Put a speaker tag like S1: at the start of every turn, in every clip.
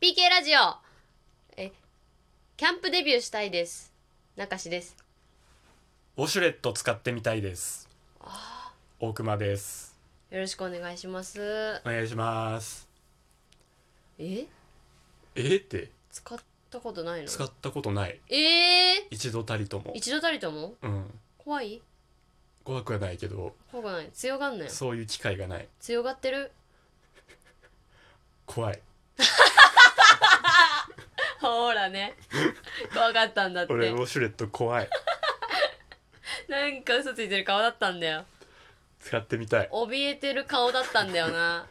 S1: PK ラジオえキャンプデビューしたいです中志です
S2: ウォシュレット使ってみたいです大熊です
S1: よろしくお願いします
S2: お願いします
S1: え
S2: えって
S1: 使ったことないの
S2: 使ったことない
S1: ええ
S2: 一度たりとも
S1: 一度たりとも
S2: うん
S1: 怖い
S2: 怖くはないけど
S1: 怖くない強がんねん
S2: そういう機会がない
S1: 強がってる
S2: 怖い
S1: ほら ね怖かったんだって
S2: 俺ウォシュレット怖い
S1: なんか嘘ついてる顔だったんだよ
S2: 使ってみたい
S1: 怯えてる顔だったんだよな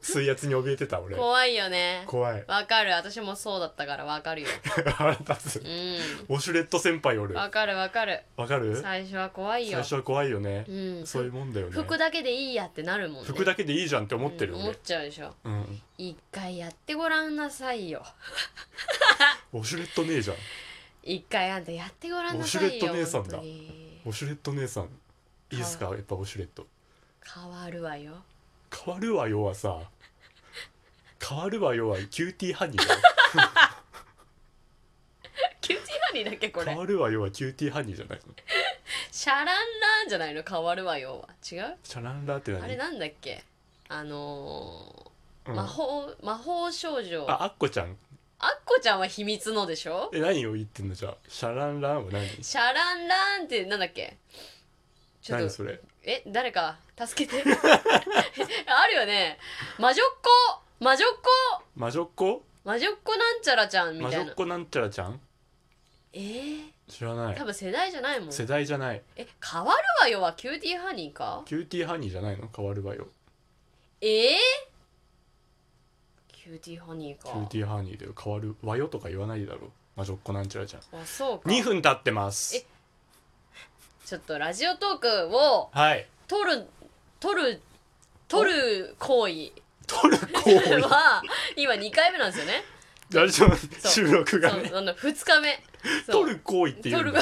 S2: 水圧に怯えてた俺
S1: 怖いよね
S2: 怖い
S1: わかる私もそうだったからわかるよ
S2: 腹立つ
S1: う
S2: ウォシュレット先輩俺
S1: んわかるわかる
S2: わかる
S1: 最初は怖い
S2: 最
S1: よ
S2: 初は怖いよね
S1: うん
S2: そういうもんだよね
S1: 服だけでいいやってなるもんね
S2: 服だけでいいじゃんって思ってる
S1: うん
S2: よ
S1: 思っ
S2: ね
S1: ちゃうでしょ
S2: うん
S1: 一回やってごらんなさいよ
S2: ウォシュレット姉じゃん
S1: 一回あんたやってごらんなさいよ
S2: ウォシュレット姉さんだ
S1: 本当に
S2: ウォシュレット姉さんいいっすかやっぱウォシュレット
S1: 変わるわよ
S2: 変わるわよはさ変わるわよはキューティーハニーだよ
S1: キューティーハニーだっけこれ
S2: 変わるわよはキューティーハニーじゃないの
S1: シャランランじゃないの変わるわよは違う
S2: シャランラーって何
S1: あれなんだっけあの
S2: う
S1: ー
S2: ん
S1: 魔法魔法少女あ
S2: ああっこちゃん
S1: っこちゃんは秘密のでしょ
S2: え何を言ってんのじゃあシャランラーは何
S1: シャランランってなんだっけちょっ
S2: 何
S1: と
S2: それ
S1: え誰か助けて あるよね魔女っ子魔女っ子
S2: 魔女っ子
S1: 魔女っ子なんちゃらちゃんみ
S2: 魔
S1: た
S2: 女
S1: い
S2: っ
S1: な
S2: 子なんちゃらちゃん
S1: えー、
S2: 知らない
S1: 多分世代じゃないもん
S2: 世代じゃない
S1: え変わるわよはキューティーハニーか
S2: キューティーハニーじゃないの変わるわよ
S1: えー、キューティーハニー
S2: キ
S1: か
S2: ューティーハニーで変わるわよとか言わないだろ魔女っ子なんちゃらちゃん
S1: あそうか
S2: 2分経ってます
S1: えちょっとラジオトークを
S2: はい
S1: 撮る撮る撮る行為
S2: 取る 行為
S1: は今2回目なんですよね
S2: ラジオの収録がね
S1: そうあの2日目そう
S2: 取る行為って言うんだ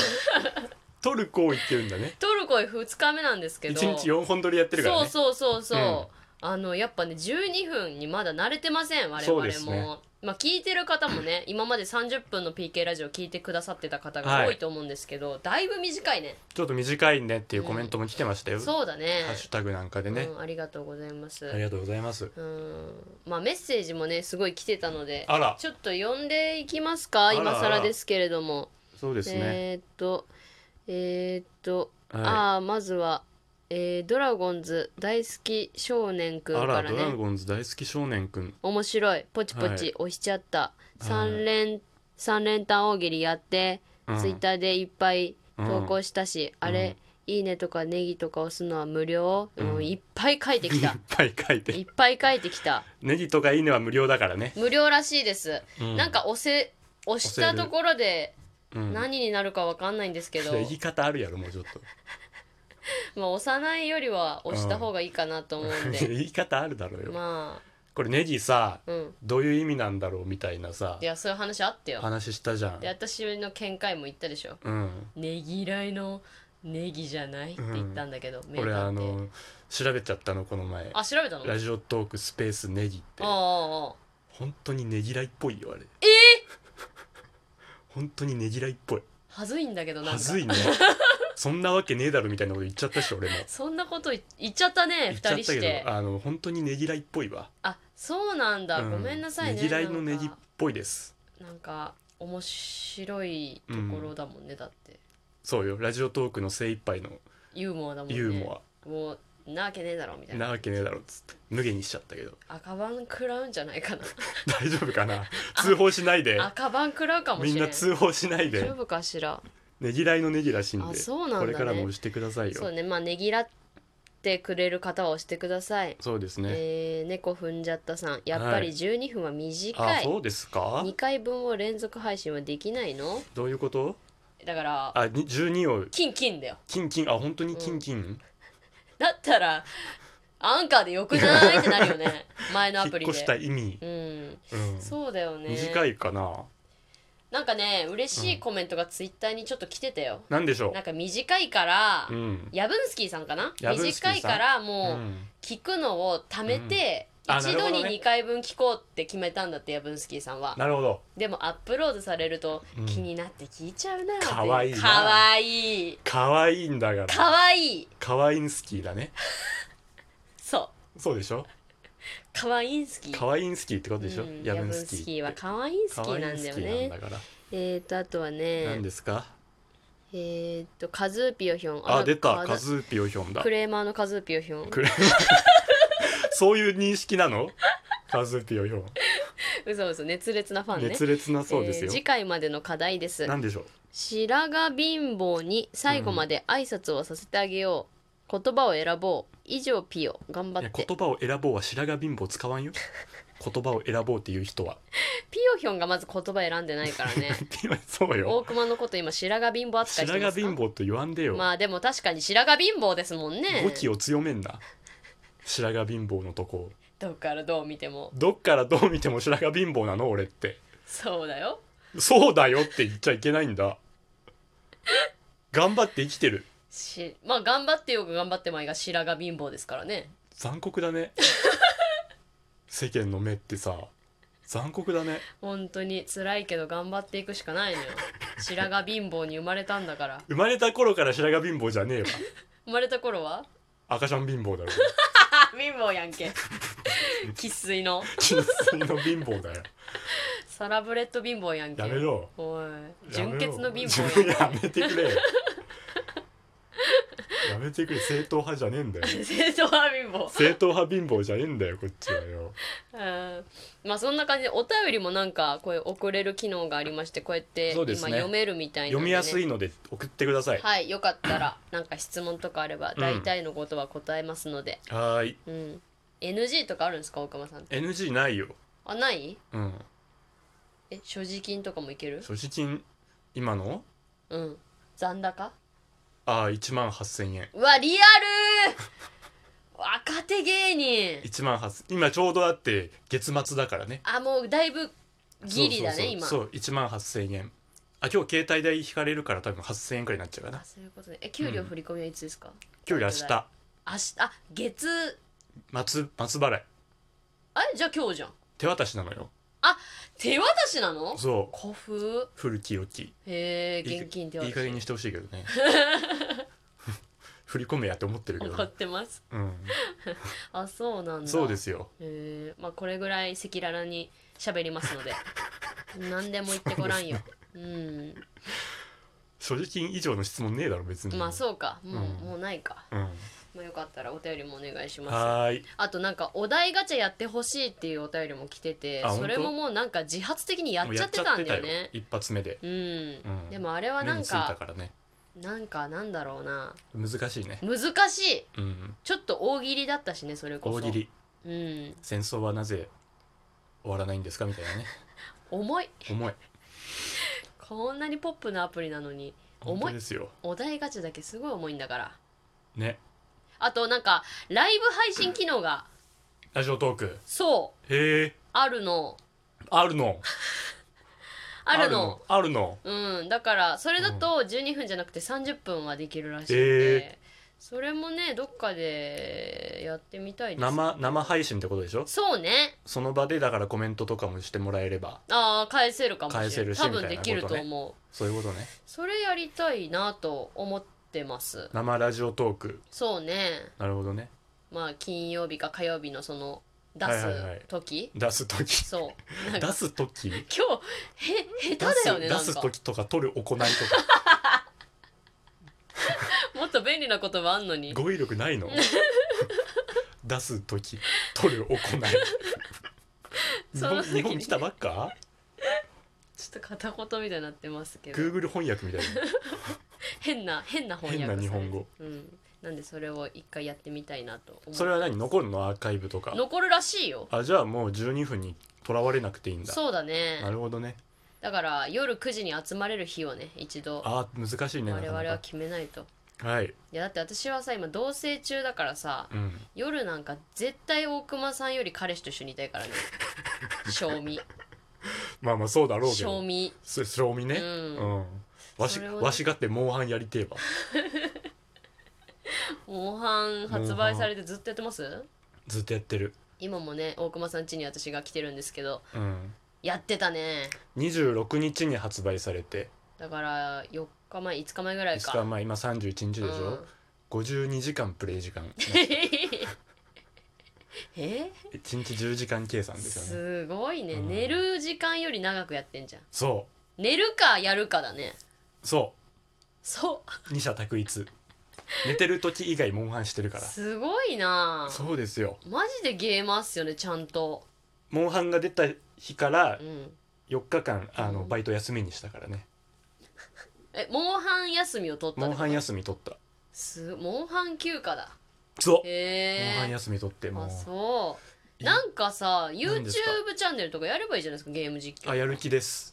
S2: 取る行為って言うんだね
S1: トルコへ2日目なんですけど
S2: 一日4本撮りやってるからね
S1: そうそうそうそう、
S2: うん
S1: あのやっぱね12分にまだ慣れてません我
S2: そう
S1: 々も、
S2: ですね
S1: まあ聞いてる方も ね今まで30分の PK ラジオ聞いてくださってた方が多いと思うんですけど、だいぶ短いね
S2: ちょっと短いねっていうコメントも来てましたよ、ハ
S1: そうだね
S2: ッシュタグなんかでね、
S1: うん、ありがとうございます
S2: ありがとうございます
S1: うんまあメッセージもねすごい来てたので
S2: あら
S1: ちょっと読んでいきますか
S2: ら
S1: 今更ですけれども
S2: そうですね、
S1: えーっとえーっと
S2: はい
S1: ああまずは、えードラゴンズ大好き少年くん
S2: あ
S1: からら
S2: ドラ
S1: ね
S2: ゴンズ大好き少年くん
S1: 面白いポチポチ押しちゃった、三連三連単大喜利やって、
S2: うん
S1: ツイッターでいっぱい投稿したし、
S2: ん
S1: あれ、いいねとかネギとか押すのは無料、
S2: うん
S1: うんいっぱい書いて
S2: い
S1: き
S2: ったぱい書いて
S1: いっぱい書いてきた
S2: ネギとかいいねは無料だからね、
S1: 無料らしいです、
S2: うん
S1: なんか押せ押した
S2: 押せる
S1: ところで
S2: うん、
S1: 何になるかわかんないんですけど、
S2: 言い方あるやろもうちょっ
S1: まあ押さないよりは押した方がいいかなと思う
S2: と
S1: んで、
S2: 言い方あるだろうよ、
S1: ま
S2: これネギさ
S1: あうん
S2: どういう意味なんだろうみたいなさ
S1: いやそういう話あってよ
S2: 話したじゃん
S1: で私の見解も言ったでしょ
S2: うん
S1: ねぎらいのネギじゃないって言ったんだけど、名
S2: 俺あ
S1: 探偵
S2: の調べちゃったのこの前
S1: あ調べたのあ
S2: ラジオトークスペースネギって
S1: あああ
S2: 本当にねぎらいっぽいよあれ
S1: え
S2: 本当にねぎらいっぽい
S1: はずいんだけどなんか
S2: はず いねそんなわけねえだろみたいなこと言っちゃったし俺も
S1: そんなことい言っちゃったね
S2: 言っ
S1: 二
S2: ちゃっ
S1: 人
S2: た
S1: し
S2: け
S1: て
S2: どあの本当にねぎらいっぽいわ
S1: あそうなんだ、
S2: う
S1: ごめんなさいね
S2: ねぎらいのね
S1: な
S2: ぎっ
S1: んか
S2: ぽいです
S1: なんか面白いところだもんね、だって
S2: そうよラジオトークの精一杯の
S1: ユーモアだもんね
S2: ユーモ
S1: もうなわけねえだろみた
S2: ア
S1: いな
S2: なわけねえだろっつって無限にしちゃったけ ど
S1: 赤番食らうんじゃないかな
S2: 大丈夫かな通報しないで
S1: 赤番食らうかもしれ
S2: みんな通報しない
S1: 大
S2: で
S1: 丈夫かしら
S2: ねぎらいのねぎらしいんで
S1: あそうなんだ
S2: こ
S1: ね
S2: れからも押してくださいよ
S1: そうねまあねぎらってくれる方は押してください
S2: そうですね、
S1: えー猫踏んじゃったさんやっぱり
S2: はい
S1: 12分は短
S2: あ
S1: い、
S2: そうですか
S1: 2回分を連続配信はできないの
S2: どういうこと
S1: だから
S2: あに12を
S1: キンキンだよ
S2: キンキンあ本当にキンキン、
S1: だったらアンカーでよくないってなるよ ね前のア
S2: 引
S1: プ
S2: っ
S1: リで
S2: 越した意味、
S1: うん
S2: うん
S1: そうだよね
S2: 短いかな
S1: なんかね嬉しいコメントがツイッターにちょっと来てたよ、
S2: なんでしょ
S1: なんか短いから、
S2: ううん
S1: ヤブンスキーさんかな
S2: ヤブンスキー
S1: 短
S2: さん
S1: いから
S2: う
S1: もうん聞くのをためて、
S2: あ
S1: 一度に
S2: なるほどね
S1: 2回分聞こうって決めたんだってヤブンスキーさんは
S2: なるほど
S1: でもアップロードされると
S2: うん
S1: 気になって聞いちゃうなって
S2: かわいいな
S1: かわいい
S2: 可愛いんだから
S1: かわいい
S2: かわいんスキーだね
S1: そ
S2: そうでしょ
S1: うかわいいんすき
S2: かわいんスキーってことでしょ、
S1: うん
S2: ヤ
S1: ヤ
S2: ブ
S1: ブ
S2: ン
S1: ン
S2: ス
S1: ス
S2: キ
S1: キ
S2: ー
S1: ーはかわいいんす
S2: か
S1: き
S2: わい
S1: なん
S2: ん
S1: だ
S2: ス
S1: よ
S2: キー
S1: ね
S2: なんだから、
S1: えーとあとは
S2: 何
S1: ね
S2: ですか
S1: えーとカズーピヨヒョン
S2: あ出たカ
S1: カズ
S2: ズーピヨヒョンだ
S1: クレーマーのカズーピヨヒョン
S2: クレ そういう認識なのカズーピヨヒョン
S1: 嘘嘘熱烈なファンね
S2: 熱烈なそうです
S1: えー
S2: よ、
S1: 次回までの課題です
S2: なんでしょう
S1: 白髪貧乏に最後まで挨拶をさせてあげよう、言葉を選ぼう以上ピヨ頑
S2: い
S1: 張
S2: や
S1: って
S2: 言葉を選ぼうは白髪貧乏使わ んよ言葉を選ぼうっていう人は
S1: ピヨヒョンがまず言葉選んでないからね
S2: そうよ
S1: 大熊のこと今白髪貧乏扱い
S2: 白
S1: してま
S2: 髪
S1: す
S2: 貧
S1: か
S2: 乏と言わんでよ、
S1: まあでも確かに白髪貧乏ですもんね
S2: 語気を強めんな白髪貧乏のとこ
S1: どっからどう見ても
S2: どっからどう見ても白髪貧乏なの俺って
S1: そうだよ
S2: そうだよって言っちゃいけないんだ頑張って生きてる
S1: しまあ頑張ってよく頑張ってまいが白髪貧乏ですからね
S2: 残酷 だね世間の目ってさ残酷だね
S1: 本当に辛いけど頑張っていくしかないのよ白髪貧乏に生まれたんだから
S2: 生まれた頃から白髪貧乏じゃねえわ
S1: 生まれた頃 は
S2: 赤ちゃん貧乏だ ろ
S1: 貧乏やんけ 生粋の
S2: 生粋の貧乏だよ
S1: サラブレッド貧乏やんけ
S2: やめろ
S1: おい
S2: や
S1: 純
S2: めろ
S1: 血の貧乏 やん
S2: やめてく れよやめてくれ正統派じゃねえんだよ
S1: 正統派貧乏
S2: 正統派貧乏じゃねえんだよこっちはよ
S1: うんまあそんな感じでお便りもなんかこういう送れる機能がありましてこうやって
S2: そう
S1: 今
S2: ですね
S1: 読めるみたいな
S2: 読みやす
S1: い
S2: いので送ってください
S1: はいよかったらなんか質問とかあれば
S2: うん
S1: 大体のことは答えますので、
S2: はーい
S1: うん NG とかあるんですか大熊さん
S2: NG ないよ
S1: あない
S2: うん
S1: え所持金とかもいける
S2: 所持金今の
S1: うん残高
S2: ああ1万8000円
S1: うわリア ルー若手芸人
S2: 1万8000今ちょうどだって月末だからね
S1: あもうだいぶギリだね
S2: そうそうそうそう1万8000円あ今日携帯代引かれるから多分8000円くらいになっちゃうか
S1: 今
S2: な
S1: あそういうことでえ給料振り込みはいつですか、
S2: 今日より
S1: 明
S2: 明
S1: 日
S2: 日
S1: あ月
S2: 松松払い
S1: あれじゃあ今日じゃん
S2: 手渡しなのよ
S1: 手渡しなの
S2: そう
S1: 古風
S2: 古き良き
S1: へえ
S2: いい
S1: 現金手渡し
S2: いい加減にしてほしいけど ね振り込めやって思ってるけど
S1: 怒
S2: ね、
S1: ってます
S2: うん、
S1: あそうなんだ
S2: そうですすよ
S1: へえまあこれぐらい赤裸々に喋りますの で何でも言ってごらんようん
S2: 所持金以上の質問ねえだろ別に
S1: まあそうかもう,、
S2: うん
S1: もうないか、
S2: うん、
S1: まあ、よかったらお便りもお願いします
S2: はーい
S1: あとなんかお題ガチャやってほしいっていうお便りも来てて
S2: あ本当
S1: それももうなんか自発的にやっちゃってたんだよ
S2: もうやっちゃって
S1: ね
S2: たよ一発目で
S1: うん、
S2: ん
S1: でもあれは
S2: 目
S1: な
S2: に
S1: ん
S2: ついた
S1: か
S2: からね
S1: なんかなんだろうな
S2: 難しいね、
S1: 難しい
S2: うん、
S1: ちょっと大喜利だったしねそれこそ
S2: 大喜利
S1: うん
S2: 戦争はなぜ終わらないんですかみたいなね
S1: 重い
S2: 重い
S1: こんなにポップなアプリなのに重い
S2: 本当ですよ
S1: お題ガチャだけすごい重いんだから
S2: ね
S1: あとなんかライブ配信機能が
S2: ラジオトーク
S1: そう
S2: へえ
S1: あるの
S2: あるの
S1: あるの
S2: あるの
S1: うんだからそれだと12分じゃなくて30分はできるらしいんで、
S2: え
S1: それもねどっかでやってみたいです
S2: 生生配信ってことでしょ
S1: そうね
S2: その場でだからコメントとかもしてもらえれば
S1: ああ返せるかもしれない
S2: 返せるし
S1: 多
S2: み
S1: 分
S2: たい
S1: で
S2: な
S1: きる
S2: こととね
S1: 思う
S2: そういうことね
S1: それやりたいなと思ってます
S2: 生ラジオトーク
S1: そうね
S2: なるほどね
S1: まあ金曜日か火曜日のその出
S2: はい
S1: す
S2: はいはい
S1: 時、
S2: 出す時
S1: そうなん
S2: 出
S1: か
S2: す時
S1: 今日へ
S2: 出
S1: 下手だよ
S2: す
S1: ね
S2: 出
S1: なん
S2: す
S1: か
S2: 時とか取る行いとか
S1: もっと便利な言葉あんのに
S2: 語彙力ないの 出す時取る行い日
S1: その時
S2: 本日本来たば っか
S1: ちょっと片言みたいになってますけど
S2: Google 翻訳みたいな
S1: 変な変な翻訳
S2: 変な日
S1: されて
S2: 本語
S1: うん、なんでそれを一回やってみたいなと思
S2: それは何残るのアーカイブとか
S1: 残るらしいよ
S2: あじゃあもう12分にとらわれなくていいんだ
S1: そうだ
S2: な
S1: ね
S2: るほどね
S1: だから夜9時に集まれる日をね一度
S2: あー難しいねな
S1: 我
S2: か
S1: 々
S2: な
S1: は
S2: か
S1: 決めないと
S2: はい、
S1: いやだって私はさ今同棲中だからさ
S2: うん、
S1: 夜なんか絶対大熊さんより彼氏と一緒にいたい からね賞味
S2: まあまあそうだろうけ
S1: 賞
S2: ど
S1: 味
S2: そ賞味ね
S1: う
S2: うんん、わし
S1: それをね
S2: わしがってモンハンやりてえわ
S1: モンハン発売されてずっとやってます
S2: ずっとやってる
S1: 今もね大熊さん家に私が来てるんですけど
S2: うん、
S1: やってたね
S2: 26日に発売されて
S1: だから4日前5日前ぐらい
S2: し
S1: か
S2: かもまあ今31日でしょ、52時間プレイ時間
S1: うん、え
S2: 1日10時間計算ですよね
S1: すごいね、
S2: うん
S1: 寝る時間より長くやってんじゃん
S2: そ
S1: 寝るかやるかだね
S2: うそ
S1: そう
S2: 二者択一寝てる時以外モンハンしてる
S1: う
S2: か
S1: すごいな
S2: らそうですよ
S1: マジでゲーマーっすよねちゃんと
S2: モンハンが出た日から
S1: うん
S2: 4日間あの
S1: うん
S2: バイト休みにしたからね
S1: えモンハン休みを取った
S2: モンハン
S1: や
S2: 休み取った
S1: すモンハン休暇だ
S2: そうモンハン
S1: へえ
S2: 休み取っても
S1: あ
S2: う
S1: そう
S2: い
S1: なんかさ YouTube
S2: ですか
S1: チャンネルとかやればいいじゃないですかゲーム実況
S2: あやる気です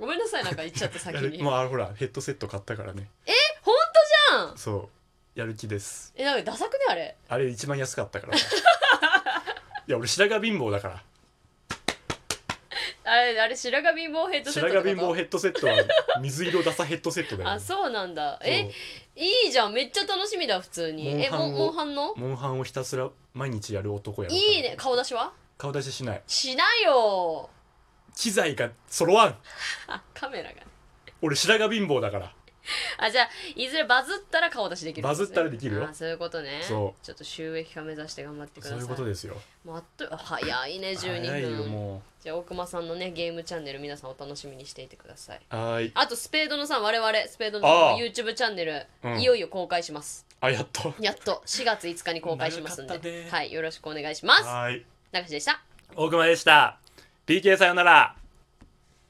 S1: ごめんなさいなんか言っちゃって先
S2: やる
S1: に
S2: まあほらヘッドセット買ったからね
S1: 本当じゃん
S2: そうやる気です
S1: えなんかダサくねあれ
S2: あれ一番安かっ たからいや俺白髪貧乏だから
S1: あれあれ白髪貧乏ヘッドセッ
S2: 白
S1: トってこと
S2: 髪貧乏ヘッドセットは水色ダサヘッドセットだよ、ね、
S1: あそうなんだえ
S2: そ
S1: いいじゃんめっちゃ楽しみだ普通にえ
S2: モ
S1: も
S2: ンハン
S1: モンハンの
S2: をうモンハンをひたすら毎日やる男やろうかない
S1: いね顔出しは
S2: 顔出ししない
S1: しないよ
S2: 機材が揃わん
S1: あカメラが
S2: 俺白髪貧乏だから
S1: あじゃあいずれバズったら顔出しできる
S2: バズったらできるよ
S1: あそういうことね
S2: そ
S1: ちょっと収益化目指して頑張ってくださ
S2: そう
S1: い
S2: いうことですよ
S1: もうあっとあ早いね12分
S2: 早いよも
S1: じゃあ大熊さんのねゲームチャンネル皆さんお楽しみにしていてくださいう
S2: はーい
S1: あとスペードのさん我々スペードのさん
S2: あ
S1: の
S2: あ
S1: YouTube チャンネル、
S2: うん
S1: いよいよ公開します
S2: あやっと
S1: やっと4月5日に公開しますん
S2: 長かった
S1: で、
S2: ね
S1: はいよろしくお願いします
S2: はーい
S1: 中志でした
S2: 大熊でした PK さよなら